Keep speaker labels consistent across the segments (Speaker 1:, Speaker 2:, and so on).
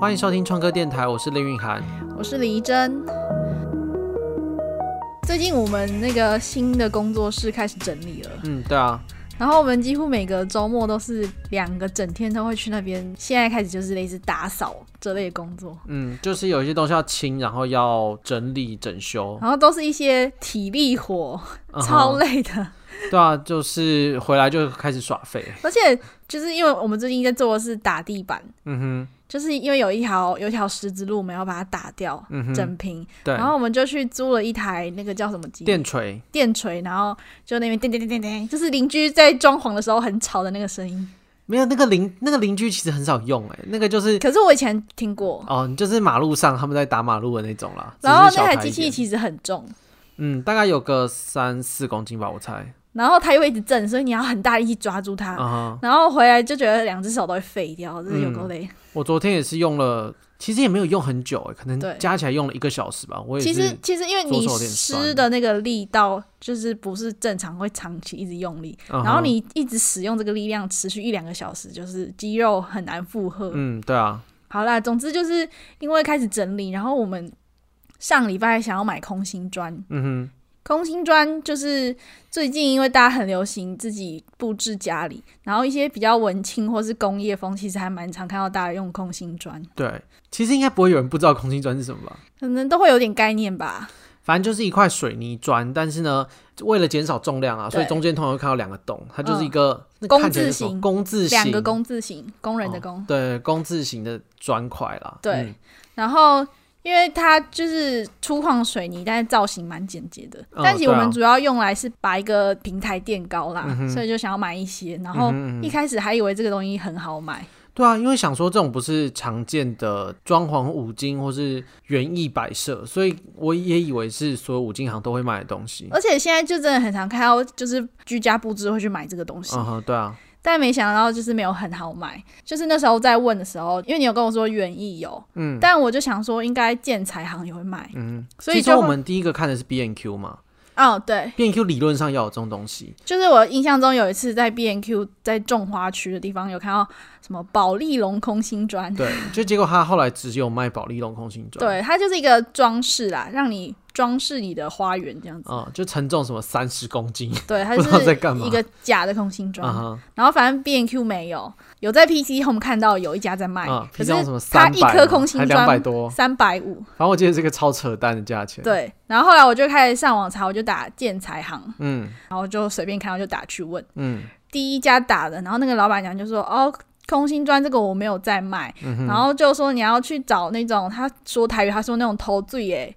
Speaker 1: 欢迎收听创客电台，我是林韵涵。
Speaker 2: 我是李怡珍。最近我们那个新的工作室开始整理了，
Speaker 1: 嗯，对啊，
Speaker 2: 然后我们几乎每个周末都是两个整天都会去那边。现在开始就是类似打扫这类的工作，
Speaker 1: 嗯，就是有一些东西要清，然后要整理整修，
Speaker 2: 然后都是一些体力活，
Speaker 1: 哦嗯哼
Speaker 2: 超累的。
Speaker 1: 对啊，就是回来就开始耍废。
Speaker 2: 而且就是因为我们最近在做的是打地板，
Speaker 1: 嗯
Speaker 2: 就是因为有一条有一条石子路，我们要把它打掉。
Speaker 1: 哼，嗯哼，
Speaker 2: 整平，
Speaker 1: 对
Speaker 2: 然，后我们就去租了一台那个叫什么机
Speaker 1: 电锤，
Speaker 2: 电锤，然后就那边叮叮叮叮叮，就是邻居在装潢的时候很吵的那个声音。
Speaker 1: 没有那个邻那个邻居其实很少用、哎，那个就是
Speaker 2: 可是我以前听过，
Speaker 1: 哦，就是马路上他们在打马路的那种啦。
Speaker 2: 然后
Speaker 1: 只是
Speaker 2: 那
Speaker 1: 小
Speaker 2: 台
Speaker 1: 台
Speaker 2: 机
Speaker 1: 一
Speaker 2: 器
Speaker 1: 点，
Speaker 2: 其实很重，
Speaker 1: 嗯，大概有个三四公斤吧，我猜。
Speaker 2: 然后它又一直震，所以你要很大力气抓住它，
Speaker 1: 啊、哈，
Speaker 2: 然后回来就觉得两只手都会废掉，真的有够累。
Speaker 1: 我昨天也是用了，其实也没有用很久、哎，可
Speaker 2: 对
Speaker 1: 能加起来用了一个小时吧。我也
Speaker 2: 其
Speaker 1: 是
Speaker 2: 实，其实因为你
Speaker 1: 左手有点酸
Speaker 2: 施的那个力道就是不是正常会长期一直用力，
Speaker 1: 嗯哼
Speaker 2: 然后你一直使用这个力量持续一两个小时，就是肌肉很难负荷。
Speaker 1: 嗯，对啊，
Speaker 2: 好啦，总之就是因为开始整理，然后我们上礼拜想要买空心砖，
Speaker 1: 嗯
Speaker 2: 空心砖就是最近因为大家很流行自己布置家里，然后一些比较文青或是工业风，其实还蛮常看到大家用空心砖
Speaker 1: 哼，，对。其实应该不会有人不知道空心砖是什么吧？
Speaker 2: 可能都会有点概念吧。
Speaker 1: 反正就是一块水泥砖，但是呢，为了减少重量啊，
Speaker 2: 对嗯
Speaker 1: 所以中间通常会看到两个洞，它就是一个、那
Speaker 2: 工
Speaker 1: 看起来是
Speaker 2: 字
Speaker 1: 什么
Speaker 2: 形
Speaker 1: 工字形，
Speaker 2: 两个工字形，工人的工。
Speaker 1: 哦对，工字形的砖块啦。
Speaker 2: 对
Speaker 1: 嗯
Speaker 2: 然后因为它就是粗犷水泥，但是造型蛮简洁的。但其实我
Speaker 1: 对
Speaker 2: 们
Speaker 1: 啊
Speaker 2: 主要用来是把一个平台垫高啦，
Speaker 1: 嗯哼
Speaker 2: 所以就想要买一些。然后
Speaker 1: 嗯哼嗯哼
Speaker 2: 一开始还以为这个东西很好买，
Speaker 1: 对啊，因为想说这种不是常见的装潢五金或是园艺摆设，所以我也以为是所有五金行都会卖的东西。
Speaker 2: 而且现在就真的很常看到，就是居家布置会去买这个东西，
Speaker 1: 嗯哼，对啊，
Speaker 2: 但没想到就是没有很好买。就是那时候在问的时候，因为你有跟我说园艺有，
Speaker 1: 嗯
Speaker 2: 但我就想说应该建材行也会卖，
Speaker 1: 嗯，
Speaker 2: 所以
Speaker 1: 其实
Speaker 2: 就
Speaker 1: 我
Speaker 2: 会
Speaker 1: 们第一个看的是 B N Q 嘛
Speaker 2: 哦对，
Speaker 1: ，B N Q 理论上要有这种东西。
Speaker 2: 就是我印象中有一次在 B N Q 在种花区的地方有看到什么宝丽龙空心砖，
Speaker 1: 对，就结果他后来只有卖保利龙空心砖。
Speaker 2: 对，它就是一个装饰啦，让你装饰你的花园 这样子。
Speaker 1: 啊、就沉重什么三十公斤
Speaker 2: 对，它
Speaker 1: 不
Speaker 2: 就
Speaker 1: 知道在干
Speaker 2: 是
Speaker 1: 嘛
Speaker 2: 一个假的空心砖。
Speaker 1: 啊哈
Speaker 2: 然后反正 B N Q 没有，有在 P C Home 看到有一家在卖，
Speaker 1: 啊，
Speaker 2: 哎可
Speaker 1: 皮
Speaker 2: 是
Speaker 1: 箱什么
Speaker 2: 它
Speaker 1: 三
Speaker 2: 一
Speaker 1: 百，
Speaker 2: 颗空心
Speaker 1: 还两百
Speaker 2: 砖
Speaker 1: 多，
Speaker 2: 三百五。
Speaker 1: 反正我记得是个超扯淡的价钱。，
Speaker 2: 对，然后后来我就开始上网查，我就打建材行，
Speaker 1: 嗯
Speaker 2: 然后就随便看到就打去问。
Speaker 1: 嗯
Speaker 2: 第一家打的，然后那个老板娘就说：“哦，空心砖这个我没有在卖，
Speaker 1: 嗯
Speaker 2: 然后就说你要去找那种，他说台语，他说那种头最耶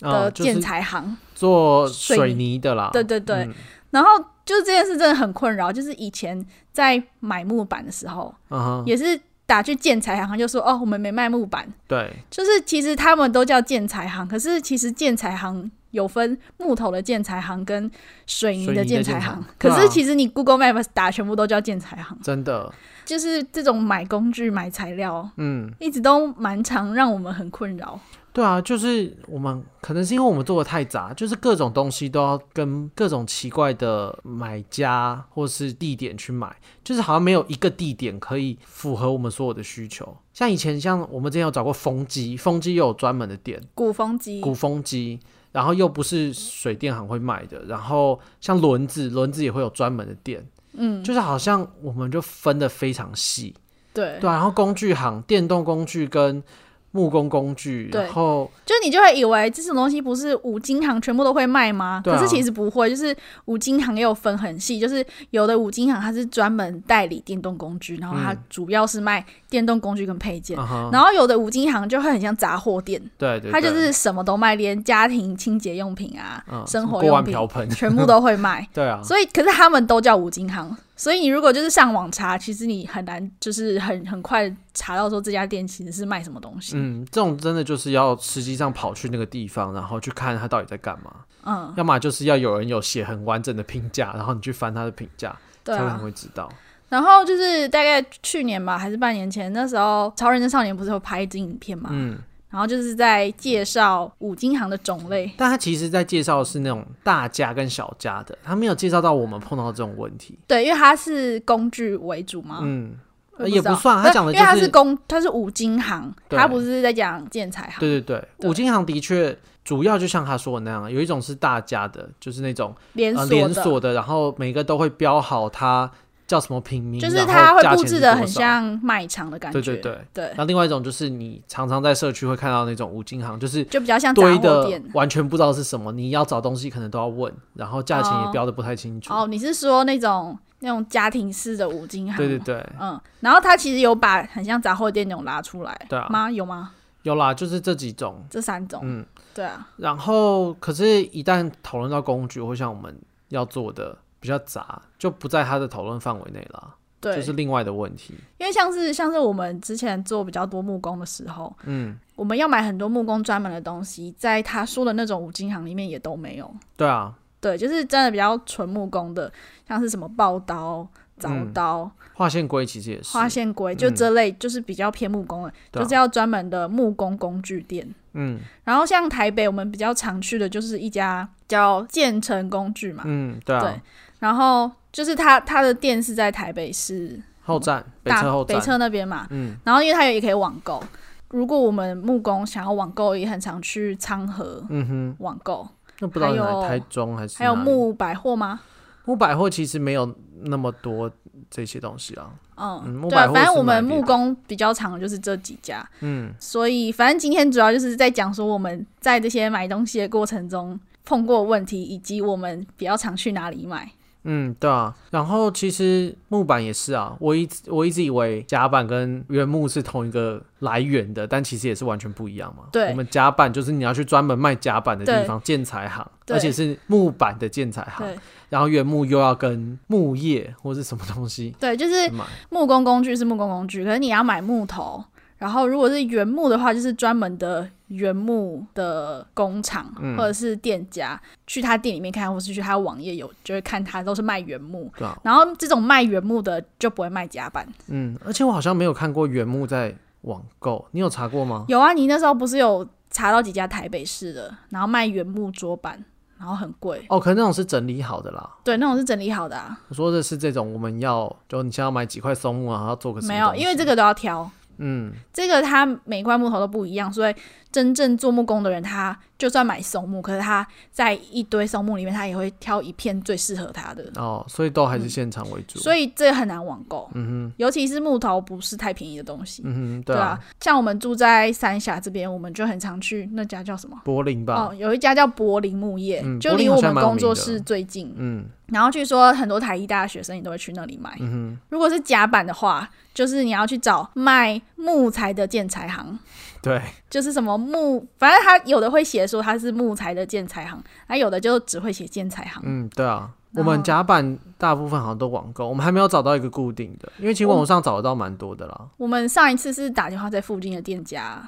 Speaker 1: 啊
Speaker 2: 的
Speaker 1: 就是
Speaker 2: 建材行，
Speaker 1: 做
Speaker 2: 水
Speaker 1: 水
Speaker 2: 泥
Speaker 1: 泥的啦。
Speaker 2: 对对对。
Speaker 1: 嗯
Speaker 2: 然后就这件事真的很困扰，就是以前在买木板的时候，
Speaker 1: 嗯哼，
Speaker 2: 也是打去建材行，就说哦，我们没卖木板，
Speaker 1: 对，
Speaker 2: 就是其实他们都叫建材行，可是其实建材行。有分木头的建材行跟水泥
Speaker 1: 水泥
Speaker 2: 的
Speaker 1: 的
Speaker 2: 建
Speaker 1: 建
Speaker 2: 材
Speaker 1: 材
Speaker 2: 行，
Speaker 1: 对啊
Speaker 2: 可是其实你 Google Maps 打全部都叫建材行。
Speaker 1: 真的，
Speaker 2: 就是这种买工具、买材料，
Speaker 1: 嗯，
Speaker 2: 一直都蛮常让我们很困扰。
Speaker 1: 对啊，就是我们可能是因为我们做的太杂，就是各种东西都要跟各种奇怪的买家或是地点去买，就是好像没有一个地点可以符合我们所有的需求。像以前，像我们之前有找过风机，风机也有专门的店，
Speaker 2: 鼓风机，
Speaker 1: 鼓风机，然后又不是水电行会卖的，然后像轮子，轮子也会有专门的店，
Speaker 2: 嗯，
Speaker 1: 就是好像我们就分的非常细，
Speaker 2: 对，
Speaker 1: 对啊、然后工具行，电动工具跟木工工具，
Speaker 2: 对
Speaker 1: 然后
Speaker 2: 就你就会以为这种东西不是五金行全部都会卖吗？
Speaker 1: 对啊
Speaker 2: 可是其实不会，就是五金行也有分很细，就是有的五金行它是专门代理电动工具，然后它主要是卖电动工具跟配件。
Speaker 1: 嗯哼，
Speaker 2: 然后有的五金行就会很像杂货店，
Speaker 1: 对对，
Speaker 2: 它就
Speaker 1: 对
Speaker 2: 是什么都卖，连家庭清洁用品啊、
Speaker 1: 嗯
Speaker 2: 生活
Speaker 1: 锅
Speaker 2: 用
Speaker 1: 碗
Speaker 2: 品
Speaker 1: 瓢盆，
Speaker 2: 全部都会卖。
Speaker 1: 对啊，
Speaker 2: 所以，可是他们都叫五金行，所以你如果就是上网查，其实你很难就是很很快查到说这家店其实是卖什么东西。
Speaker 1: 嗯，这种真的就是要实际上跑去那个地方，然后去看他到底在干嘛，
Speaker 2: 嗯，
Speaker 1: 要么就是要有人有写很完整的评价，然后你去翻他的评价，
Speaker 2: 对
Speaker 1: 才会很
Speaker 2: 啊。
Speaker 1: 会知道。
Speaker 2: 然后就是大概去年吧，还是半年前，那时候《超认真少年》不是有拍一支影片嘛，
Speaker 1: 嗯，
Speaker 2: 然后就是在介绍五金行的种类。
Speaker 1: 但他其实在介绍的是那种大家跟小家的，他没有介绍到我们碰到这种问题。
Speaker 2: 对，因为它是工具为主嘛，
Speaker 1: 嗯，
Speaker 2: 我
Speaker 1: 也
Speaker 2: 知道
Speaker 1: 不算他讲的
Speaker 2: 因为他
Speaker 1: 就是
Speaker 2: 是工，他是五金行，
Speaker 1: 对
Speaker 2: 他不是在讲建材行。
Speaker 1: 对对对，
Speaker 2: 对
Speaker 1: 五金行的确主要就像他说的那样，有一种是大家的，就是那种
Speaker 2: 连
Speaker 1: 呃
Speaker 2: 锁的，
Speaker 1: 连锁的，然后每个都会标好它叫什么品名，
Speaker 2: 就是
Speaker 1: 然后
Speaker 2: 它
Speaker 1: 价
Speaker 2: 会布
Speaker 1: 钱
Speaker 2: 置
Speaker 1: 是
Speaker 2: 的
Speaker 1: 多
Speaker 2: 很
Speaker 1: 少。
Speaker 2: 像卖场的感觉。
Speaker 1: 对对对。
Speaker 2: 对
Speaker 1: 然后另外一种就是你常常在社区会看到那种五金行，就是
Speaker 2: 就比较像杂
Speaker 1: 堆
Speaker 2: 货
Speaker 1: 的
Speaker 2: 店。
Speaker 1: 完全不知道是什么，你要找东西可能都要问，然后价钱也标的不太清楚。
Speaker 2: 哦，你是说那种那种家庭式的五金行？
Speaker 1: 对对。对，
Speaker 2: 嗯，然后它其实有把很像杂货店那种拉出来，
Speaker 1: 对啊
Speaker 2: 吗？有吗？
Speaker 1: 有啦，就是这几种。
Speaker 2: 这三种，
Speaker 1: 嗯，
Speaker 2: 对啊，
Speaker 1: 然后可是，一旦讨论到工具，或像我们要做的比较杂，就不在他的讨论范围内了，
Speaker 2: 对，
Speaker 1: 就是另外的问题。
Speaker 2: 因为像是像是我们之前做比较多木工的时候，
Speaker 1: 嗯，
Speaker 2: 我们要买很多木工专门的东西，在他说的那种五金行里面也都没有。
Speaker 1: 对啊，
Speaker 2: 对，就是真的比较纯木工的，像是什么刨刀、凿
Speaker 1: 嗯
Speaker 2: 刀、
Speaker 1: 划线规其实也是
Speaker 2: 花，线龟，就
Speaker 1: 嗯
Speaker 2: 这类就是比较偏木工的，
Speaker 1: 对啊
Speaker 2: 就是要专门的木工工具店。
Speaker 1: 嗯
Speaker 2: 然后像台北，我们比较常去的就是一家叫建成工具嘛，
Speaker 1: 嗯，对啊
Speaker 2: 对，然后就是他他的店是在台北市
Speaker 1: 后站北
Speaker 2: 大
Speaker 1: 车后
Speaker 2: 北
Speaker 1: 站，
Speaker 2: 车那边嘛，
Speaker 1: 嗯
Speaker 2: 然后因为它也可以网购，如果我们木工想要网购，也很常去昌河
Speaker 1: 嗯哼，
Speaker 2: 网购，
Speaker 1: 那不知道
Speaker 2: 还
Speaker 1: 是
Speaker 2: 有
Speaker 1: 哪台中还是
Speaker 2: 还有
Speaker 1: 哪里
Speaker 2: 木百货吗？
Speaker 1: 木百货其实没有那么多这些东西啊。嗯
Speaker 2: 嗯，
Speaker 1: 木
Speaker 2: 对
Speaker 1: 百，
Speaker 2: 啊
Speaker 1: 货
Speaker 2: 反正
Speaker 1: 是
Speaker 2: 我们
Speaker 1: 买别
Speaker 2: 木
Speaker 1: 的
Speaker 2: 工比较常的就是这几家，
Speaker 1: 嗯，
Speaker 2: 所以反正今天主要就是在讲说我们在这些买东西的过程中碰过的问题，以及我们比较常去哪里买。
Speaker 1: 嗯，对啊。然后其实木板也是啊，我一直我一直以为甲板跟原木是同一个来源的，但其实也是完全不一样嘛。
Speaker 2: 对
Speaker 1: 我们甲板就是你要去专门卖甲板的
Speaker 2: 对
Speaker 1: 地方，建材行，
Speaker 2: 对
Speaker 1: 而且是木板的建材行。
Speaker 2: 对
Speaker 1: 然后原木又要跟木业或是什么东西
Speaker 2: 对，就是
Speaker 1: 买，
Speaker 2: 木工工具是木工工具，可是你要买木头，然后如果是原木的话，就是专门的原木的工厂、
Speaker 1: 嗯
Speaker 2: 或者是店家，去他店里面看，或是去他网页有就会看他都是卖原木。
Speaker 1: 对啊。
Speaker 2: 然后这种卖原木的就不会卖甲板。
Speaker 1: 嗯，而且我好像没有看过原木在网购，你有查过吗？
Speaker 2: 有啊，你那时候不是有查到几家台北市的，然后卖原木桌板，然后很贵。
Speaker 1: 哦，可能那种是整理好的啦。
Speaker 2: 对，那种是整理好的啊，
Speaker 1: 我说的是这种，我们要就你先要买几块松木，啊然后做个什么
Speaker 2: 没有，
Speaker 1: 东西
Speaker 2: 因为这个都要挑。
Speaker 1: 嗯
Speaker 2: 这个它每块木头都不一样，所以真正做木工的人，他就算买松木，可是他在一堆松木里面，他也会挑一片最适合他的，
Speaker 1: 哦，所以都还是现场为主。
Speaker 2: 嗯所
Speaker 1: 以
Speaker 2: 以这很难网购，
Speaker 1: 嗯
Speaker 2: 尤其是木头不是太便宜的东西。
Speaker 1: 哼嗯哼，
Speaker 2: 对
Speaker 1: 对啊，
Speaker 2: 啊，像我们住在三峡这边，我们就很常去那家叫什么？
Speaker 1: 柏林吧，
Speaker 2: 哦，有一家叫柏林木业，
Speaker 1: 啊嗯
Speaker 2: 就
Speaker 1: 柏林
Speaker 2: 离
Speaker 1: 好
Speaker 2: 我
Speaker 1: 像
Speaker 2: 们
Speaker 1: 蛮有
Speaker 2: 工作
Speaker 1: 名的
Speaker 2: 室最近。
Speaker 1: 嗯
Speaker 2: 然后据说很多台艺大的学生也都会去那里买。
Speaker 1: 嗯哼，
Speaker 2: 如果是甲板的话，就是你要去找卖木材的建材行。
Speaker 1: 对，
Speaker 2: 就是什么木，反正他有的会写说他是木材的建材行，还有的就只会写建材行。
Speaker 1: 嗯对啊。我
Speaker 2: 然后
Speaker 1: 们甲板大部分好像都网购，我们还没有找到一个固定的，因为其实
Speaker 2: 我
Speaker 1: 网络上找得到蛮多的啦。
Speaker 2: 我们上一次是打电话在附近的店家，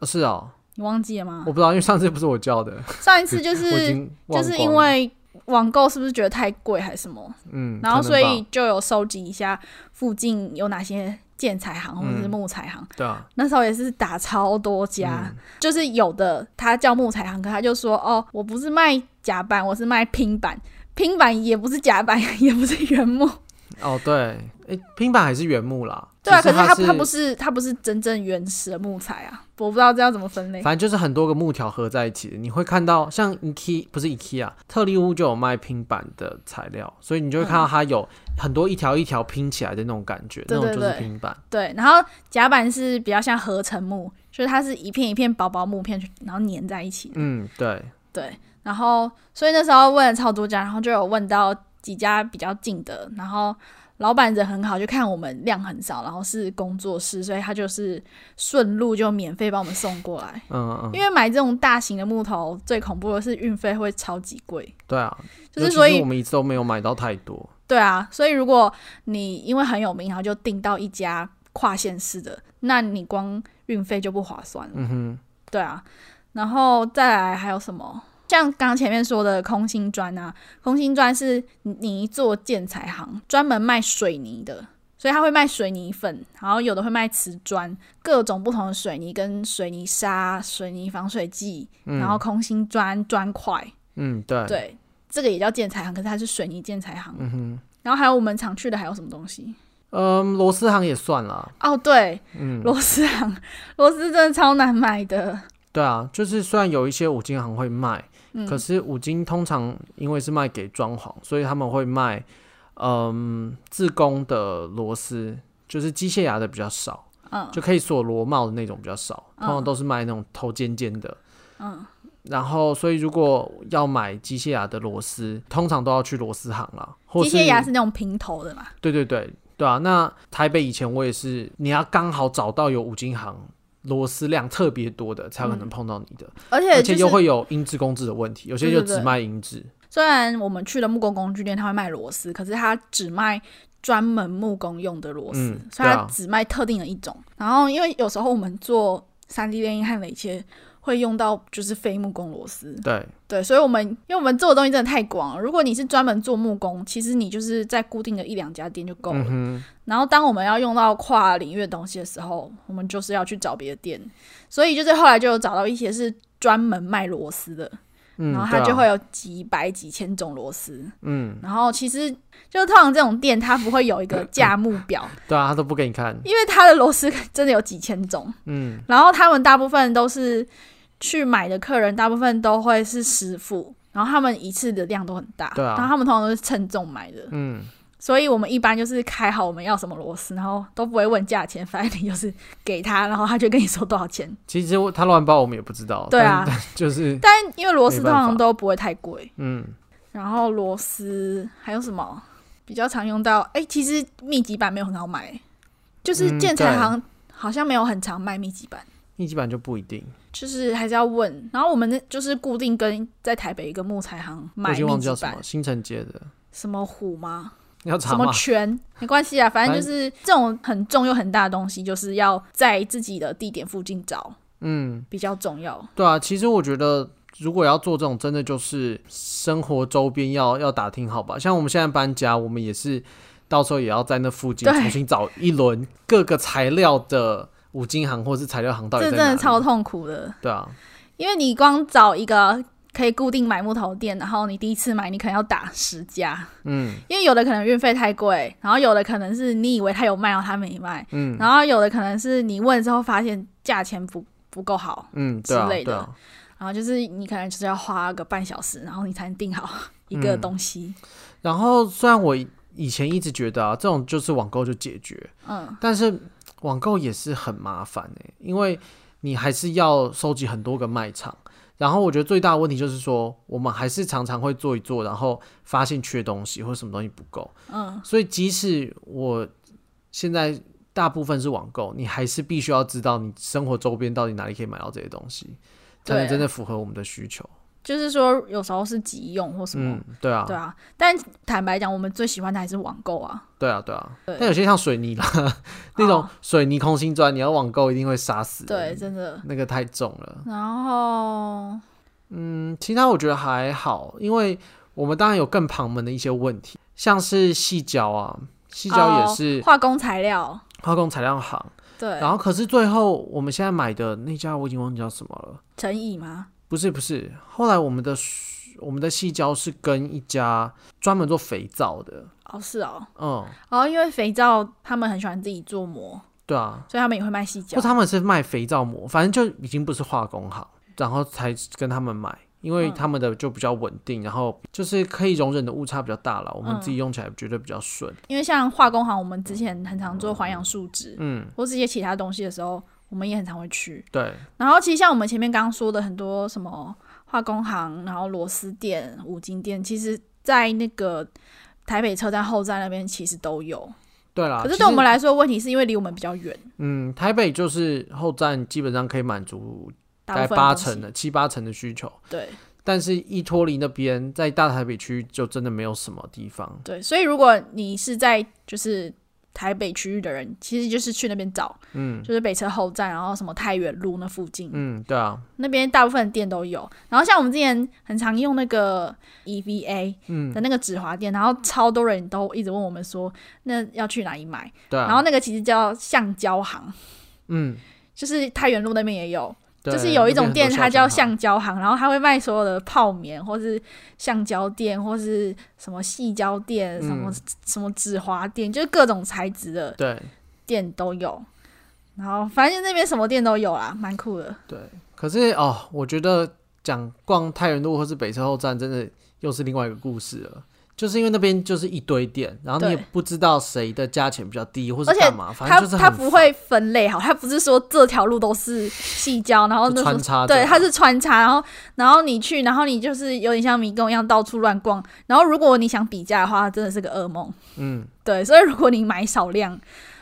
Speaker 1: 哦是哦，
Speaker 2: 你忘记了吗
Speaker 1: 我？不知道，因为上次不是我叫的，
Speaker 2: 上一次就
Speaker 1: 我已
Speaker 2: 是
Speaker 1: 经忘
Speaker 2: 就
Speaker 1: 光
Speaker 2: 是
Speaker 1: 了
Speaker 2: 因为网购是不是觉得太贵还是什么，
Speaker 1: 嗯，
Speaker 2: 然后
Speaker 1: 可能
Speaker 2: 所
Speaker 1: 吧
Speaker 2: 以就有收集一下附近有哪些建材行或者是
Speaker 1: 嗯
Speaker 2: 木材行。
Speaker 1: 对啊，
Speaker 2: 那时候也是打超多家，就是有的他叫木材行，可他就说哦，我不是卖甲板，我是卖拼板，拼板也不是甲板， 也不是原木。
Speaker 1: 哦对，诶，拼板还是原木啦，
Speaker 2: 对啊，
Speaker 1: 只
Speaker 2: 可是它
Speaker 1: 它
Speaker 2: 它不，是它不是真正原始的木材啊，我不知道这要怎么分类。
Speaker 1: 反正就是很多个木条合在一起的，你会看到像 IKEA 不是 IKEA，特力屋就有卖拼板的材料，所以你就会看到它有很多一条一条拼起来的那种感觉，
Speaker 2: 对
Speaker 1: 那种
Speaker 2: 对
Speaker 1: 就是
Speaker 2: 对
Speaker 1: 拼板。
Speaker 2: 对，然后甲板是比较像合成木，就是它是一片一片薄薄木片，然后粘在一起。
Speaker 1: 嗯，对，
Speaker 2: 对，然后所以那时候问了超多家，然后就有问到几家比较近的，然后老板人很好，就看我们量很少，然后是工作室，所以他就是顺路就免费帮我们送过来。
Speaker 1: 嗯嗯，
Speaker 2: 因为买这种大型的木头，最恐怖的是运费会超级贵，
Speaker 1: 对啊，
Speaker 2: 就是
Speaker 1: 尤其
Speaker 2: 所以
Speaker 1: 我们一次都没有买到太多。
Speaker 2: 对啊，所以如果你因为很有名，然后就订到一家跨县市的，那你光运费就不划算了。
Speaker 1: 嗯哼，
Speaker 2: 对啊，然后再来还有什么？像刚刚前面说的空心砖啊，空心砖是泥做建材行，专门卖水泥的，所以他会卖水泥粉，然后有的会卖瓷砖，各种不同的水泥跟水泥沙、水泥防水剂，
Speaker 1: 嗯
Speaker 2: 然后空心砖、砖块，
Speaker 1: 嗯，对，
Speaker 2: 对，这个也叫建材行，可是它是水泥建材行。
Speaker 1: 嗯哼，
Speaker 2: 然后还有我们常去的还有什么东西？
Speaker 1: 嗯，螺丝行也算了。
Speaker 2: 哦，对，
Speaker 1: 嗯，
Speaker 2: 螺丝行， 螺丝真的超难买的。
Speaker 1: 对啊，就是虽然有一些五金行会卖，
Speaker 2: 嗯
Speaker 1: 可是五金通常因为是卖给装潢，所以他们会卖嗯自工的螺丝，就是机械牙的比较少，
Speaker 2: 嗯
Speaker 1: 就可以锁螺帽的那种比较少，通常都是卖那种头尖尖的。
Speaker 2: 嗯，
Speaker 1: 然后，所以如果要买机械牙的螺丝，通常都要去螺丝行啦，或
Speaker 2: 机
Speaker 1: 是
Speaker 2: 械牙是那种平头的嘛？
Speaker 1: 对对对对啊，那台北以前我也是，你要刚好找到有五金行螺丝量特别多的，
Speaker 2: 嗯
Speaker 1: 才有可能碰到你的，
Speaker 2: 而且
Speaker 1: 而
Speaker 2: 就
Speaker 1: 且
Speaker 2: 是
Speaker 1: 又会有音质工制的问题，有些就
Speaker 2: 对对
Speaker 1: 只卖音质。
Speaker 2: 虽然我们去的木工工具店，它会卖螺丝，可是它只卖专门木工用的螺丝，
Speaker 1: 嗯
Speaker 2: 所以
Speaker 1: 对
Speaker 2: 它
Speaker 1: 啊
Speaker 2: 只卖特定的一种。然后因为有时候我们做三 D 打印和雷切。会用到就是非木工螺丝，
Speaker 1: 对
Speaker 2: 对，所以我们因为我们做的东西真的太广了。如果你是专门做木工，其实你就是在固定的一两家店就够了。
Speaker 1: 嗯
Speaker 2: 然后当我们要用到跨领域的东西的时候，我们就是要去找别的店，所以就是后来就有找到一些是专门卖螺丝的，
Speaker 1: 嗯，
Speaker 2: 然后
Speaker 1: 对
Speaker 2: 它就会
Speaker 1: 啊、
Speaker 2: 有几百几千种螺丝，
Speaker 1: 嗯，
Speaker 2: 然后其实就是通常这种店它不会有一个价目表，
Speaker 1: 对啊，他都不给你看，
Speaker 2: 因为它的螺丝 真的有几千种，
Speaker 1: 嗯，
Speaker 2: 然后他们大部分都是去买的客人，大部分都会是师傅。然后他们一次的量都很大，
Speaker 1: 对啊
Speaker 2: 然后他们通常都是称重买的，
Speaker 1: 嗯，
Speaker 2: 所以我们一般就是开好我们要什么螺丝，然后都不会问价钱，反正你就是给他，然后他就跟你说多少 钱。
Speaker 1: 其实我他乱报我们也不知道，
Speaker 2: 对啊
Speaker 1: 哦但，但就是
Speaker 2: 但因为螺丝
Speaker 1: 没
Speaker 2: 通
Speaker 1: 办法
Speaker 2: 常都不会太贵，
Speaker 1: 嗯，
Speaker 2: 然后螺丝还有什么比较常用到？哎、其实密集板没有很好买，就是
Speaker 1: 嗯
Speaker 2: 建材行好像没有很常卖密集板，
Speaker 1: 密集版就不一定，
Speaker 2: 就是还是要问。然后我们那就是固定跟在台北一个木材行
Speaker 1: 我
Speaker 2: 买
Speaker 1: 已经
Speaker 2: 密
Speaker 1: 忘记
Speaker 2: 集
Speaker 1: 叫
Speaker 2: 板，
Speaker 1: 什么新城街的，
Speaker 2: 什么虎吗？
Speaker 1: 你要
Speaker 2: 什
Speaker 1: 查
Speaker 2: 么
Speaker 1: 吗？
Speaker 2: 圈，没关系啊，反正就是这种很重又很大的东西，就是要在自己的地点附近找，
Speaker 1: 嗯，
Speaker 2: 比较重要。
Speaker 1: 对啊，其实我觉得如果要做这种，真的就是生活周边要要打听好吧。像我们现在搬家，我们也是到时候也要在那附近
Speaker 2: 对
Speaker 1: 重新找一轮各个材料的五金行或是材料行到底
Speaker 2: 这
Speaker 1: 在
Speaker 2: 真
Speaker 1: 哪
Speaker 2: 的
Speaker 1: 里。
Speaker 2: 超痛苦的，
Speaker 1: 对啊，
Speaker 2: 因为你光找一个可以固定买木头的店，然后你第一次买，你可能要打十家，
Speaker 1: 嗯
Speaker 2: 因为有的可能运费太贵，然后有的可能是你以为他有卖，然后他没卖，
Speaker 1: 嗯
Speaker 2: 然后有的可能是你问之后发现价钱不不够好，
Speaker 1: 嗯，对啊
Speaker 2: 之类的
Speaker 1: 对啊，
Speaker 2: 然后就是你可能就是要花个半小时，然后你才能定好 一个
Speaker 1: 嗯
Speaker 2: 东西。
Speaker 1: 然后虽然我以前一直觉得啊，这种就是网购就解决，
Speaker 2: 嗯，
Speaker 1: 但是网购也是很麻烦哎、因为你还是要收集很多个卖场。然后我觉得最大的问题就是说，我们还是常常会做一做，然后发现缺东西或者什么东西不够。
Speaker 2: 嗯，
Speaker 1: 所以即使我现在大部分是网购，你还是必须要知道你生活周边到底哪里可以买到这些东西，才能
Speaker 2: 对啊
Speaker 1: 真的符合我们的需求。
Speaker 2: 就是说有时候是急用或什么。
Speaker 1: 嗯，对啊，
Speaker 2: 对啊，但坦白讲，我们最喜欢的还是网购啊。
Speaker 1: 对啊，对啊。
Speaker 2: 对
Speaker 1: 但有些像水泥啦，那种
Speaker 2: 哦
Speaker 1: 水泥空心砖，你要网购一定会杀死
Speaker 2: 对，
Speaker 1: 人，
Speaker 2: 真的。
Speaker 1: 那个太重了。
Speaker 2: 然后，
Speaker 1: 嗯，其他我觉得还好，因为我们当然有更旁门的一些问题，像是细胶啊，细胶也
Speaker 2: 哦
Speaker 1: 是
Speaker 2: 化工材料，
Speaker 1: 化工材料行，
Speaker 2: 对，
Speaker 1: 然后可是最后我们现在买的那家我已经忘记叫什么了，
Speaker 2: 成蚁吗？
Speaker 1: 不是不是，后来我们的我们的细胶是跟一家专门做肥皂的，
Speaker 2: 哦，是哦，
Speaker 1: 嗯，
Speaker 2: 哦，因为肥皂他们很喜欢自己做膜，
Speaker 1: 对啊，
Speaker 2: 所以他们也会卖细
Speaker 1: 或
Speaker 2: 胶。
Speaker 1: 他们是卖肥皂膜，反正就已经不是化工行，然后才跟他们买。因为
Speaker 2: 嗯
Speaker 1: 他们的就比较稳定，然后就是可以容忍的误差比较大了，
Speaker 2: 嗯
Speaker 1: 我们自己用起来觉得比较顺。
Speaker 2: 因为像化工行，我们之前很常做环氧树脂，
Speaker 1: 嗯，
Speaker 2: 或是一些其他东西的时候，我们也很常会去。
Speaker 1: 对，
Speaker 2: 然后其实像我们前面刚刚说的很多什么化工行，然后螺丝店、五金店，其实在那个台北车站后站那边其实都有。
Speaker 1: 对啦。
Speaker 2: 可是
Speaker 1: 啊其
Speaker 2: 对我
Speaker 1: 实，
Speaker 2: 们来说，问题是因为离我们比较远，
Speaker 1: 嗯，台北就是后站基本上可以满足
Speaker 2: 大
Speaker 1: 大
Speaker 2: 部
Speaker 1: 概
Speaker 2: 分
Speaker 1: 八
Speaker 2: 东西
Speaker 1: 成的、七八成的需求，
Speaker 2: 对
Speaker 1: 但是一脱离那边，在大台北区就真的没有什么地方。
Speaker 2: 对，所以如果你是在就是台北区域的人，其实就是去那边找，
Speaker 1: 嗯
Speaker 2: 就是北车后站，然后什么太原路那附近，
Speaker 1: 嗯，对啊，
Speaker 2: 那边大部分店都有。然后像我们之前很常用那个 EVA
Speaker 1: 嗯
Speaker 2: 的那个纸滑店，然后超多人都一直问我们说，那要去哪里买？
Speaker 1: 对啊。
Speaker 2: 然后那个其实叫橡胶行，
Speaker 1: 嗯，
Speaker 2: 就是太原路那边也有。
Speaker 1: 对
Speaker 2: 就是有一种店，它叫
Speaker 1: 像
Speaker 2: 橡胶行，然后它会卖所有的泡棉，或是橡胶垫，或是什么细胶垫，什么、什么纸滑垫，就是各种材质的
Speaker 1: 对
Speaker 2: 店都有。然后反正那边什么店都有啦，蛮酷的。
Speaker 1: 对。可是哦，我觉得讲逛太原路或是北车后站，真的又是另外一个故事了。就是因为那边就是一堆店，然后你也
Speaker 2: 对
Speaker 1: 不知道谁的价钱比较低，或
Speaker 2: 而
Speaker 1: 是
Speaker 2: 且
Speaker 1: 干嘛，反
Speaker 2: 它
Speaker 1: 正就是
Speaker 2: 它
Speaker 1: 很烦
Speaker 2: 不会分类好，它不是说这条路都是细胶，然后
Speaker 1: 就
Speaker 2: 哦那
Speaker 1: 穿
Speaker 2: 种
Speaker 1: 插着
Speaker 2: 对，它是穿插，然后然后你去，然后你就是有点像迷宫一样到处乱逛。然后如果你想比价的话，它真的是个噩梦。
Speaker 1: 嗯，
Speaker 2: 对，所以如果你买少量，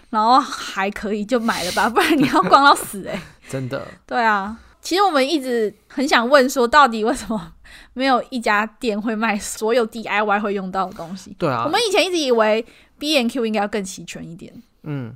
Speaker 2: 然后还可以就买了吧，不然你要逛到死哎、
Speaker 1: 真的
Speaker 2: 对啊，其实我们一直很想问说，到底为什么没有一家店会卖所有 DIY 会用到的东西？
Speaker 1: 对啊。
Speaker 2: 我们以前一直以为 B N Q 应该要更齐全一点。
Speaker 1: 嗯，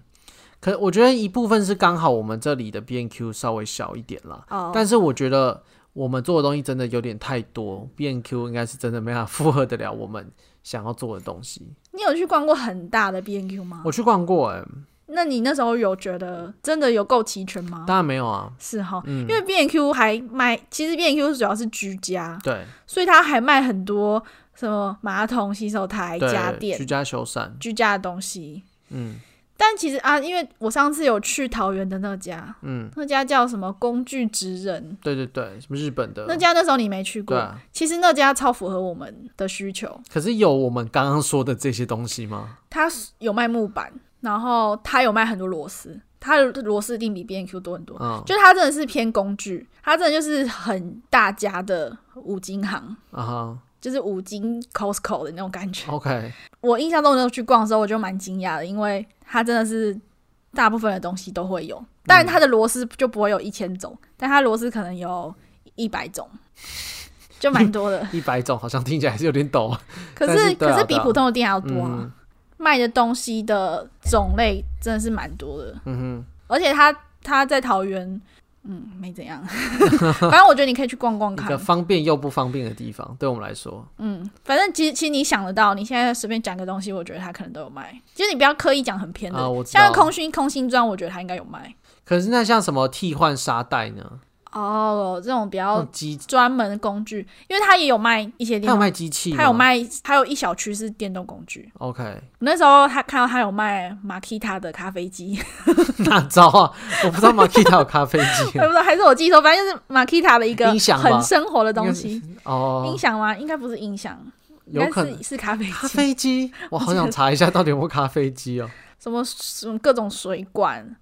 Speaker 1: 可我觉得一部分是刚好我们这里的 B N Q 稍微小一点啦，
Speaker 2: 哦，
Speaker 1: 但是我觉得我们做的东西真的有点太多，B N Q 应该是真的没办法 负荷得了我们想要做的东西。
Speaker 2: 你有去逛过很大的 B N Q 吗？
Speaker 1: 我去逛过、
Speaker 2: 哦
Speaker 1: 欸，
Speaker 2: 那你那时候有觉得真的有够齐全吗？
Speaker 1: 当然没有啊，
Speaker 2: 是哈，
Speaker 1: 嗯
Speaker 2: 因，为 B N Q 还卖，其实 B N Q 主要是居家，
Speaker 1: 对，
Speaker 2: 所以它还卖很多什么马桶、洗手台、
Speaker 1: 对，
Speaker 2: 家
Speaker 1: 居
Speaker 2: 电、
Speaker 1: 家修缮，
Speaker 2: 居家的东西。
Speaker 1: 嗯
Speaker 2: 但其实啊，因为我上次有去桃园的那家，
Speaker 1: 嗯，
Speaker 2: 那家叫什么工具职人，
Speaker 1: 对对对，什么日本的
Speaker 2: 那，家那时候你没去
Speaker 1: 呃对
Speaker 2: 过，
Speaker 1: 啊。
Speaker 2: 其实那家超符合我们的需求，
Speaker 1: 可是有我们刚刚说的这些东西吗？
Speaker 2: 它有卖木板，然后它有卖很多螺丝，它的螺丝一定比 B N Q 多很多。
Speaker 1: 嗯
Speaker 2: 就它真的是偏工具，它真的就是很大家的五金行，
Speaker 1: 啊哈
Speaker 2: 就是五金 Costco 的那种感觉。
Speaker 1: ，OK，。
Speaker 2: 我印象中那时候去逛的时候，我就蛮惊讶的，因为它真的是大部分的东西都会有，但它的螺丝就不会有一千种，但它螺丝可能有一百种，就蛮多的
Speaker 1: 一百种好像听起来还是有点抖。
Speaker 2: 可
Speaker 1: 但是对啊
Speaker 2: 可是比
Speaker 1: 对啊
Speaker 2: 普通的店还要多啊，
Speaker 1: 嗯
Speaker 2: 卖的东西的种类真的是蛮多的，
Speaker 1: 嗯
Speaker 2: 而且它它在桃园，嗯，没怎样， 反正我觉得你可以去逛逛
Speaker 1: 哼，一
Speaker 2: 看
Speaker 1: 个。方便又不方便的地方，对我们来说，
Speaker 2: 嗯，反正其实其实你想得到，你现在随便讲个东西，我觉得他可能都有卖。就是你不要刻意讲很偏的，
Speaker 1: 啊我知道
Speaker 2: 像空心空心砖，我觉得他应该有卖。
Speaker 1: 可是那像什么替换沙袋呢？
Speaker 2: 哦，这种比
Speaker 1: 那
Speaker 2: 较
Speaker 1: 种机，
Speaker 2: 专门的工具，因为他也有卖一些电
Speaker 1: 他有
Speaker 2: 动，
Speaker 1: 卖机器吗，
Speaker 2: 他有卖，还有一小区是电动工具。
Speaker 1: OK，
Speaker 2: 我那时候他看到他有卖马 k 塔的咖啡 机，
Speaker 1: 哪招啊？我不知道 Makita 有咖啡机
Speaker 2: 我也不知道还是我记错，反正就是马 k 塔的一个
Speaker 1: 音响吧
Speaker 2: 很生活的东西。音
Speaker 1: 哦，
Speaker 2: 响吗？应该不是音响，应
Speaker 1: 有
Speaker 2: 该
Speaker 1: 可能
Speaker 2: 是是咖啡
Speaker 1: 咖
Speaker 2: 机，
Speaker 1: 啡机，我好想查一下到底有没有咖啡机哦。
Speaker 2: 什么什么各种水管，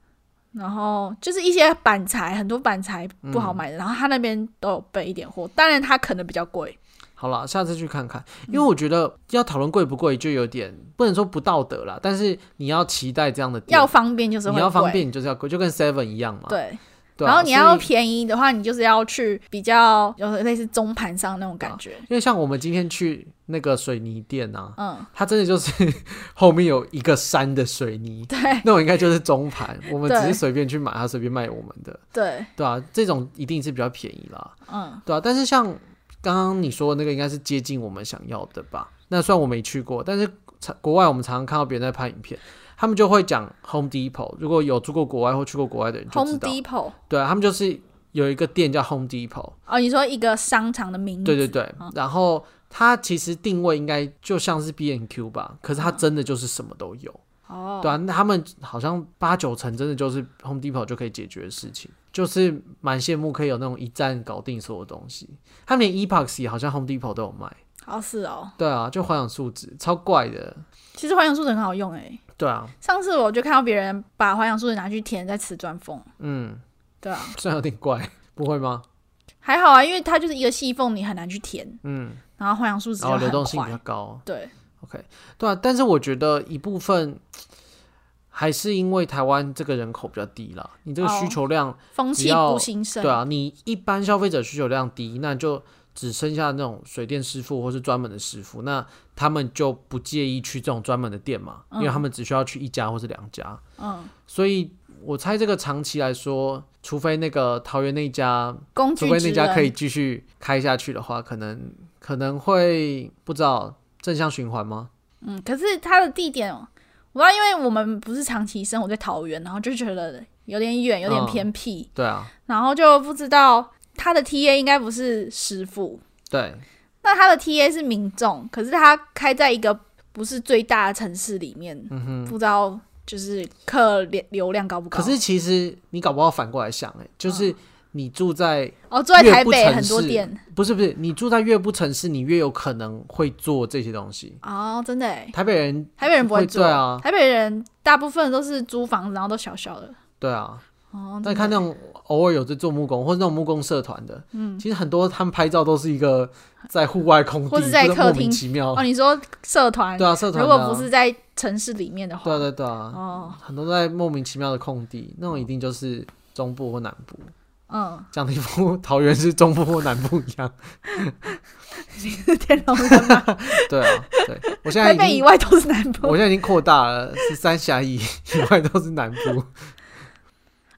Speaker 2: 然后就是一些板材，很多板材不好买的，然后他那边都有备一点货，当然他可能比较贵，
Speaker 1: 好了，下次去看看，因为我觉得要讨论贵不贵，就有点不能说不道德啦，但是你要期待这样的店
Speaker 2: 要，方便就是会
Speaker 1: 嗯你要方
Speaker 2: 贵
Speaker 1: 便，你就是要贵，就跟 Seven 一样嘛。
Speaker 2: 对，
Speaker 1: 对啊，
Speaker 2: 然后你要
Speaker 1: 所以
Speaker 2: 便宜的话，你就是要去比较有类似中盘商那种感觉，
Speaker 1: 因为像我们今天去那个水泥店啊，
Speaker 2: 嗯，
Speaker 1: 它真的就是 后面有一个山的水泥，
Speaker 2: 对
Speaker 1: 那种应该就是中盘，我们
Speaker 2: 对
Speaker 1: 只是随便去买，它随便卖我们的，
Speaker 2: 对，
Speaker 1: 对啊，这种一定是比较便宜啦，
Speaker 2: 嗯，
Speaker 1: 对啊。但是像刚刚你说的那个，应该是接近我们想要的吧？那虽然我没去过，但是常国外我们常常看到别人在拍影片，他们就会讲 Home Depot。如果有住过国外或去过国外的人就知
Speaker 2: Home
Speaker 1: 道，
Speaker 2: Depot
Speaker 1: 对啊，他们就是有一个店叫 Home Depot，
Speaker 2: 哦，你说一个商场的名字，
Speaker 1: 对对对
Speaker 2: 嗯，
Speaker 1: 然后它其实定位应该就像是 B N Q 吧，可是
Speaker 2: 嗯
Speaker 1: 它真的就是什么都有。
Speaker 2: 哦，
Speaker 1: 对啊，那他们好像八九成真的就是 Home Depot 就可以解决的事情，就是蛮羡慕可以有那种一站搞定所有东西。他们连 epoxy 好像 Home Depot 都有卖。
Speaker 2: 好是哦，
Speaker 1: 对啊，就环氧树脂，超怪的。
Speaker 2: 其实环氧树脂很好用诶，
Speaker 1: 对啊，
Speaker 2: 上次我就看到别人把环氧树脂拿去填在瓷砖缝，
Speaker 1: 嗯，
Speaker 2: 对啊，
Speaker 1: 虽然有点怪，不会吗？
Speaker 2: 还好啊，因为它就是一个细缝，你很难去填，
Speaker 1: 嗯，
Speaker 2: 然后环氧树脂
Speaker 1: 然
Speaker 2: 就
Speaker 1: 后流动
Speaker 2: 很
Speaker 1: 性比较
Speaker 2: 快，
Speaker 1: 高。
Speaker 2: 对，
Speaker 1: OK，对啊，但是我觉得一部分还是因为台湾这个人口比较低啦，你这个需
Speaker 2: 哦
Speaker 1: 求量
Speaker 2: 风
Speaker 1: 只
Speaker 2: 气
Speaker 1: 要
Speaker 2: 不兴盛，
Speaker 1: 对啊，你一般消费者需求量低，那就只剩下那种水电师傅或是专门的师傅，那他们就不介意去这种专门的店嘛，因为他们只需要去一家或是两家。
Speaker 2: 嗯，
Speaker 1: 所以我猜这个长期来说，除非那个桃园那家，
Speaker 2: 工具
Speaker 1: 除非
Speaker 2: 之
Speaker 1: 那家可啊以
Speaker 2: 人，
Speaker 1: 继续开下去的话，可能可能会不知道正向循环吗？
Speaker 2: 嗯，可是它的地点，我不知道，因为我们不是长期生活在桃园，然后就觉得有点远，有点
Speaker 1: 嗯
Speaker 2: 偏僻，
Speaker 1: 对啊，
Speaker 2: 然后就不知道他的 TA 应该不是师傅，
Speaker 1: 对，
Speaker 2: 那他的 TA 是民众，可是他开在一个不是最大的城市里面，
Speaker 1: 嗯哼。
Speaker 2: 不知道就是客流流量高不高？
Speaker 1: 可是其实你搞不好反过来想、欸，
Speaker 2: 嗯
Speaker 1: 就是你住在、
Speaker 2: 哦，住在
Speaker 1: 越
Speaker 2: 台
Speaker 1: 不
Speaker 2: 北
Speaker 1: 城
Speaker 2: 很多
Speaker 1: 市
Speaker 2: 店
Speaker 1: 不是不是，你住在越不城市，你越有可能会做这些东西。
Speaker 2: 哦，真的哎，
Speaker 1: 台北人，
Speaker 2: 台北人不
Speaker 1: 会
Speaker 2: 做，
Speaker 1: 对啊
Speaker 2: 台北人大部分都是租房子，然后都小小的
Speaker 1: 对啊，
Speaker 2: 哦。
Speaker 1: 但
Speaker 2: 真的
Speaker 1: 看那种偶尔有在做木工或者那种木工社团的，嗯，其实很多他们拍照都是一个在户外空地，
Speaker 2: 或者在
Speaker 1: 不知
Speaker 2: 客
Speaker 1: 莫
Speaker 2: 厅
Speaker 1: 名其妙
Speaker 2: 哦，。你说社团，
Speaker 1: 对啊，社团
Speaker 2: 如
Speaker 1: 的啊、
Speaker 2: 果不是在城市里面的话，
Speaker 1: 对啊对啊对啊，
Speaker 2: 哦，
Speaker 1: 很多都在莫名其妙的空地，那种一定就是中部或南部，
Speaker 2: 嗯，
Speaker 1: 讲的一副桃园是中部或南部一样。
Speaker 2: 天龙人嘛
Speaker 1: 对啊，对，我现在
Speaker 2: 台
Speaker 1: 已
Speaker 2: 北
Speaker 1: 经
Speaker 2: 以外都是南
Speaker 1: 我
Speaker 2: 部
Speaker 1: 现在已经扩大了，是三峡以以外都是南部。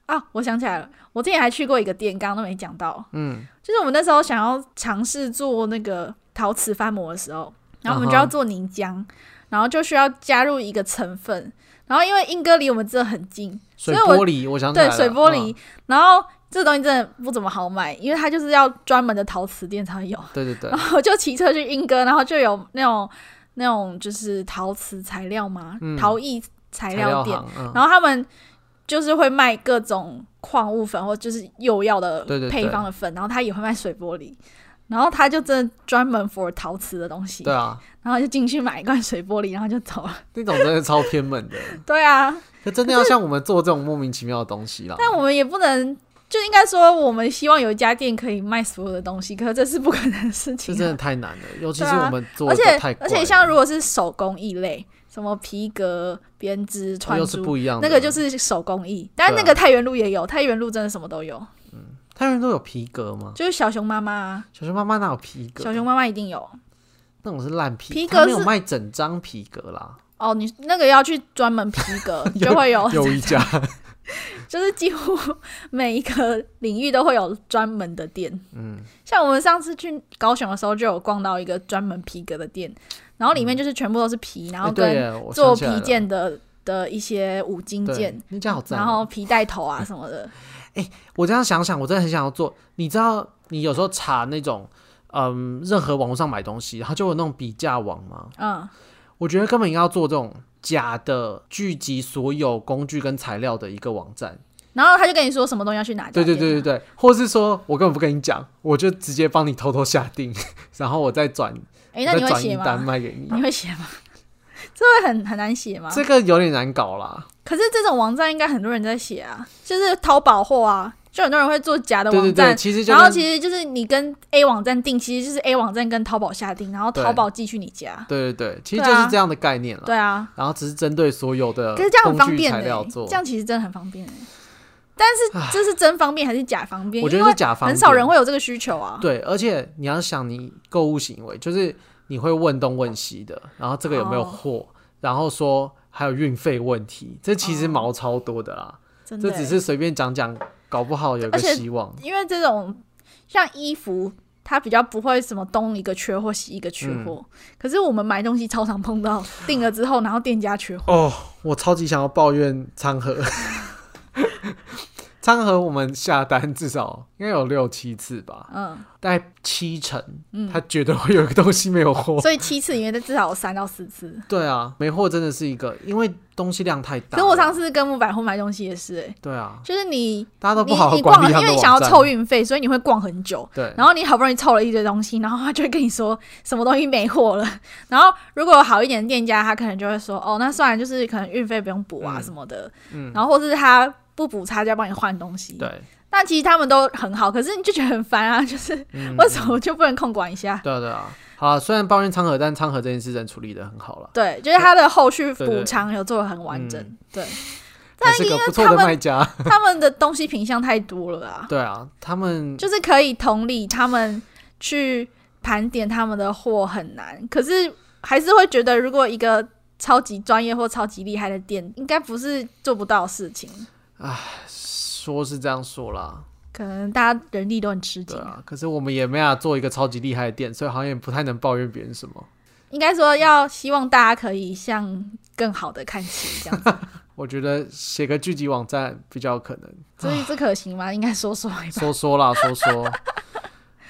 Speaker 2: 啊。我想起来了，我之前还去过一个店，刚刚都没讲到，
Speaker 1: 嗯，
Speaker 2: 就是我们那时候想要尝试做那个陶瓷翻模的时候，然后我们就要
Speaker 1: 嗯哼
Speaker 2: 做泥浆，然后就需要加入一个成分，然后因为英哥离我们真的很近，
Speaker 1: 水
Speaker 2: 所以我
Speaker 1: 玻璃，我想起来
Speaker 2: 对
Speaker 1: 了嗯
Speaker 2: 水玻璃，，然后这东西真的不怎么好买，因为它就是要专门的陶瓷店才有。
Speaker 1: 嗯对对对
Speaker 2: 然，后我就骑车去英哥，然后就有那种那种就是陶瓷材料嘛，
Speaker 1: 嗯
Speaker 2: 陶艺 材料店，
Speaker 1: 行，嗯，
Speaker 2: 然后他们就是会卖各种矿物粉或就是釉药的
Speaker 1: 对对对
Speaker 2: 配方的粉，然后他也会卖水玻璃。然后他就真的专门 for 陶瓷的东西，
Speaker 1: 对啊，
Speaker 2: 然后就进去买一罐水玻璃，然后就走了。
Speaker 1: 那种真的超偏门的，
Speaker 2: 对啊，
Speaker 1: 可真的要像我们做这种莫名其妙的东西啦。
Speaker 2: 但我们也不能，就应该说我们希望有一家店可以卖所有的东西，可是这是不可能的事
Speaker 1: 这
Speaker 2: 情
Speaker 1: 真
Speaker 2: 啊、
Speaker 1: 的太难了，尤其
Speaker 2: 对
Speaker 1: 是
Speaker 2: 啊
Speaker 1: 我们做
Speaker 2: 而
Speaker 1: 的
Speaker 2: 且
Speaker 1: 太怪了
Speaker 2: 而且像如果是手工艺类，什么皮革、编织、
Speaker 1: 哦
Speaker 2: 穿
Speaker 1: 又是
Speaker 2: 珠，
Speaker 1: 不一样的，啊
Speaker 2: 那个就是手工艺。但那个太原路也有，太原路真的什么都有，
Speaker 1: 太原都有皮革吗？
Speaker 2: 就是小熊妈妈啊，
Speaker 1: 小熊妈妈哪有皮革？
Speaker 2: 小熊妈妈一定有。
Speaker 1: 那种是烂皮，
Speaker 2: 皮
Speaker 1: 它
Speaker 2: 革
Speaker 1: 没有
Speaker 2: 是
Speaker 1: 卖整张皮革啦，
Speaker 2: 哦，你那个要去专门皮革 就会有，
Speaker 1: 有一家，
Speaker 2: 就是几乎 每一个领域都会有专门的店。
Speaker 1: 嗯，
Speaker 2: 像我们上次去高雄的时候，就有逛到一个专门皮革的店，然后里面就是全部都是皮，然后
Speaker 1: 哎嗯对
Speaker 2: 跟
Speaker 1: 耶，我
Speaker 2: 做
Speaker 1: 想起来
Speaker 2: 皮
Speaker 1: 了，
Speaker 2: 件的的一些五金
Speaker 1: 对
Speaker 2: 件，，
Speaker 1: 那家好赞
Speaker 2: 然
Speaker 1: 哦。
Speaker 2: 后皮带头啊什么的。
Speaker 1: 我这样想想，我真的很想要做。你知道，你有时候查那种，嗯，任何网络上买东西，它就有那种比价网吗？
Speaker 2: 嗯，
Speaker 1: 我觉得根本应该要做这种假的，聚集所有工具跟材料的一个网站。
Speaker 2: 然后他就跟你说什么东西要去哪家
Speaker 1: 对
Speaker 2: 店
Speaker 1: 对对对
Speaker 2: 啊
Speaker 1: 对，或是说我根本不跟你讲，我就直接帮你偷偷下定， 然后我再转，
Speaker 2: 哎、那
Speaker 1: 再
Speaker 2: 你会
Speaker 1: 转
Speaker 2: 写
Speaker 1: 一单
Speaker 2: 吗？啊
Speaker 1: 卖给你。
Speaker 2: 你会写吗？ 这会很很难写吗？
Speaker 1: 这个有点难搞啦，
Speaker 2: 可是这种网站应该很多人在写啊，就是淘宝货啊，就很多人会做假的
Speaker 1: 对对
Speaker 2: 网
Speaker 1: 对，
Speaker 2: 站。
Speaker 1: 其实就
Speaker 2: 然后
Speaker 1: 跟
Speaker 2: 其实就是你跟 A 网站订，其实就是 A 网站跟淘宝下订，然后
Speaker 1: 对
Speaker 2: 淘宝寄去你家。
Speaker 1: 对对对，其实就
Speaker 2: 对啊
Speaker 1: 是这样的概念了。
Speaker 2: 对啊，
Speaker 1: 然后只是针对所有的
Speaker 2: 可是这样很
Speaker 1: 呃工
Speaker 2: 方
Speaker 1: 具
Speaker 2: 便
Speaker 1: 材
Speaker 2: 的、
Speaker 1: 料做
Speaker 2: 这，样其实真的很方便、欸。但是这是真方便还是假方便？
Speaker 1: 我觉得
Speaker 2: 因
Speaker 1: 是
Speaker 2: 为
Speaker 1: 假方
Speaker 2: 很少
Speaker 1: 便
Speaker 2: 人会有这个需求啊。
Speaker 1: 对，而且你要想你购物行为，就是你会问东问西的，然后这个有没有
Speaker 2: 哦哦
Speaker 1: 货，然后说还有运费问题，这其实毛超多的啦，
Speaker 2: 真的
Speaker 1: 这
Speaker 2: 欸、
Speaker 1: 只是随便讲讲，搞不好有个
Speaker 2: 而且
Speaker 1: 希望。
Speaker 2: 因为这种像衣服，它比较不会什么东一个缺货西一
Speaker 1: 嗯
Speaker 2: 个缺货。可是我们买东西超常碰到，订了之后，然后店家缺货。
Speaker 1: 哦，我超级想要抱怨餐 盒，餐盒我们下单至少应该有六七次吧，
Speaker 2: 嗯，
Speaker 1: 大概七成，他觉得会有一个东西没有 货。
Speaker 2: 所以七次里面至少有三到四次。
Speaker 1: 对啊，没货真的是一个，因为东西量太大了。
Speaker 2: 可是我上次跟木百货买东西也是、欸，
Speaker 1: 对啊，
Speaker 2: 就是你
Speaker 1: 大家都
Speaker 2: 你
Speaker 1: 不好好
Speaker 2: 你逛
Speaker 1: 管
Speaker 2: 了，
Speaker 1: 理他
Speaker 2: 因
Speaker 1: 们
Speaker 2: 为
Speaker 1: 的
Speaker 2: 你想要
Speaker 1: 网站啊
Speaker 2: 凑运费，所以你会逛很久。
Speaker 1: 对，
Speaker 2: 然后你好不容易凑了一堆东西，然后他就会跟你说什么东西没货了。然后如果有好一点的店家，他可能就会说哦，那算了，就是可能运费不用补啊
Speaker 1: 嗯
Speaker 2: 什么的。
Speaker 1: 嗯
Speaker 2: 然后或是他不补差价帮你换东西。
Speaker 1: 对，
Speaker 2: 但其实他们都很好，可是你就觉得很烦啊，就是
Speaker 1: 嗯
Speaker 2: 为什么就不能控管一下？
Speaker 1: 对啊，对啊。好啊，虽然抱怨仓盒，但仓盒这件事真的处理的很好了，
Speaker 2: 对，就是他的后续
Speaker 1: 对对嗯
Speaker 2: 补偿有做的很完整。对，
Speaker 1: 还是个不错
Speaker 2: 他
Speaker 1: 的
Speaker 2: 们
Speaker 1: 卖家。
Speaker 2: 他们的东西品相太多了啊，
Speaker 1: 对啊，他们
Speaker 2: 就是可以同理他们去盘点他们的货很难，可是还是会觉得如果一个超级专业或超级厉害的店，应该不是做不到的事情。
Speaker 1: 说是这样说啦，
Speaker 2: 可能大家人力都很吃紧
Speaker 1: 对，啊，可是我们也没法做一个超级厉害的店，所以好像也不太能抱怨别人什么。
Speaker 2: 应该说要希望大家可以向更好的看齐，这样子。
Speaker 1: 我觉得写个剧集网站比较有可能。
Speaker 2: 所以这可行吗？应该说说吧，
Speaker 1: 说说啦，说 说。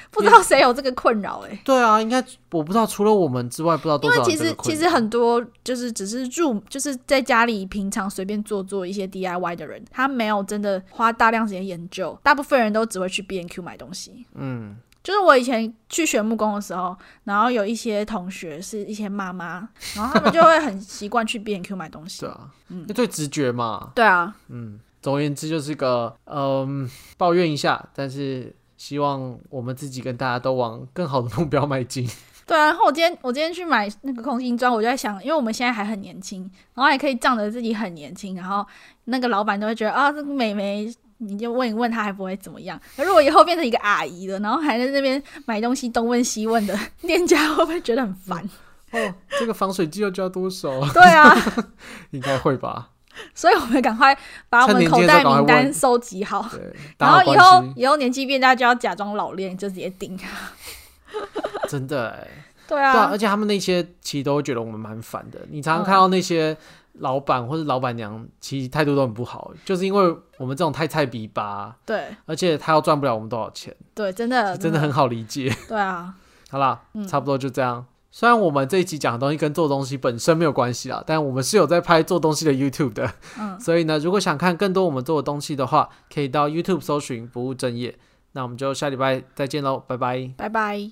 Speaker 2: 不知道谁有这个困扰哎、
Speaker 1: 对啊，应该我不知道，除了我们之外，不知道
Speaker 2: 因
Speaker 1: 多
Speaker 2: 为
Speaker 1: 少
Speaker 2: 其
Speaker 1: 人这
Speaker 2: 实
Speaker 1: 个困
Speaker 2: 其
Speaker 1: 扰。
Speaker 2: 实很多就是只是入就是在家里平常随便做做一些 DIY 的人，他没有真的花大量时间研究，大部分人都只会去 B&Q 买东西。
Speaker 1: 嗯，
Speaker 2: 就是我以前去学木工的时候，然后有一些同学是一些妈妈，然后他们就会很习惯去 B&Q 买东西
Speaker 1: 对。啊，
Speaker 2: 嗯
Speaker 1: 因为最直觉嘛。
Speaker 2: 对啊，
Speaker 1: 嗯，总而言之就是个嗯，抱怨一下，但是希望我们自己跟大家都往更好的目标迈进。
Speaker 2: 对啊，然后我今天我今天去买那个空心砖，我就在想，因为我们现在还很年轻，然后还可以仗着自己很年轻，然后那个老板都会觉得啊，这个美眉你就问一问，她还不会怎么样。可如果以后变成一个阿姨了，然后还在那边买东西东问西问的，店家会不会觉得很烦？
Speaker 1: 哦， 这个防水剂又加多少？
Speaker 2: 对啊，
Speaker 1: 应该会吧？
Speaker 2: 所以我们赶快把我们口袋名单收集好，
Speaker 1: 对，
Speaker 2: 然
Speaker 1: 打好
Speaker 2: 后以
Speaker 1: 关
Speaker 2: 后
Speaker 1: 系，
Speaker 2: 以后年纪变大就要假装老练，就直接盯。
Speaker 1: 真的哎、
Speaker 2: 对
Speaker 1: 对啊，
Speaker 2: 啊嗯
Speaker 1: 而，且他们那些其实都会觉得我们蛮烦的。你常常看到那些老板或者老板娘，其实态度都很不好，就是因为我们这种太菜逼吧，
Speaker 2: 对
Speaker 1: 而且他又赚不了我们多少钱，
Speaker 2: 对，真的
Speaker 1: 真的很好理解。
Speaker 2: 对啊，
Speaker 1: 好啦，差不多就这样。虽然我们这一集讲的东西跟做东西本身没有关系啦，但我们是有在拍做东西的 YouTube 的，
Speaker 2: 嗯
Speaker 1: 所以呢，如果想看更多我们做的东西的话，可以到 YouTube 搜寻不务正业。那我们就下礼拜再见喽，拜拜。
Speaker 2: 拜拜。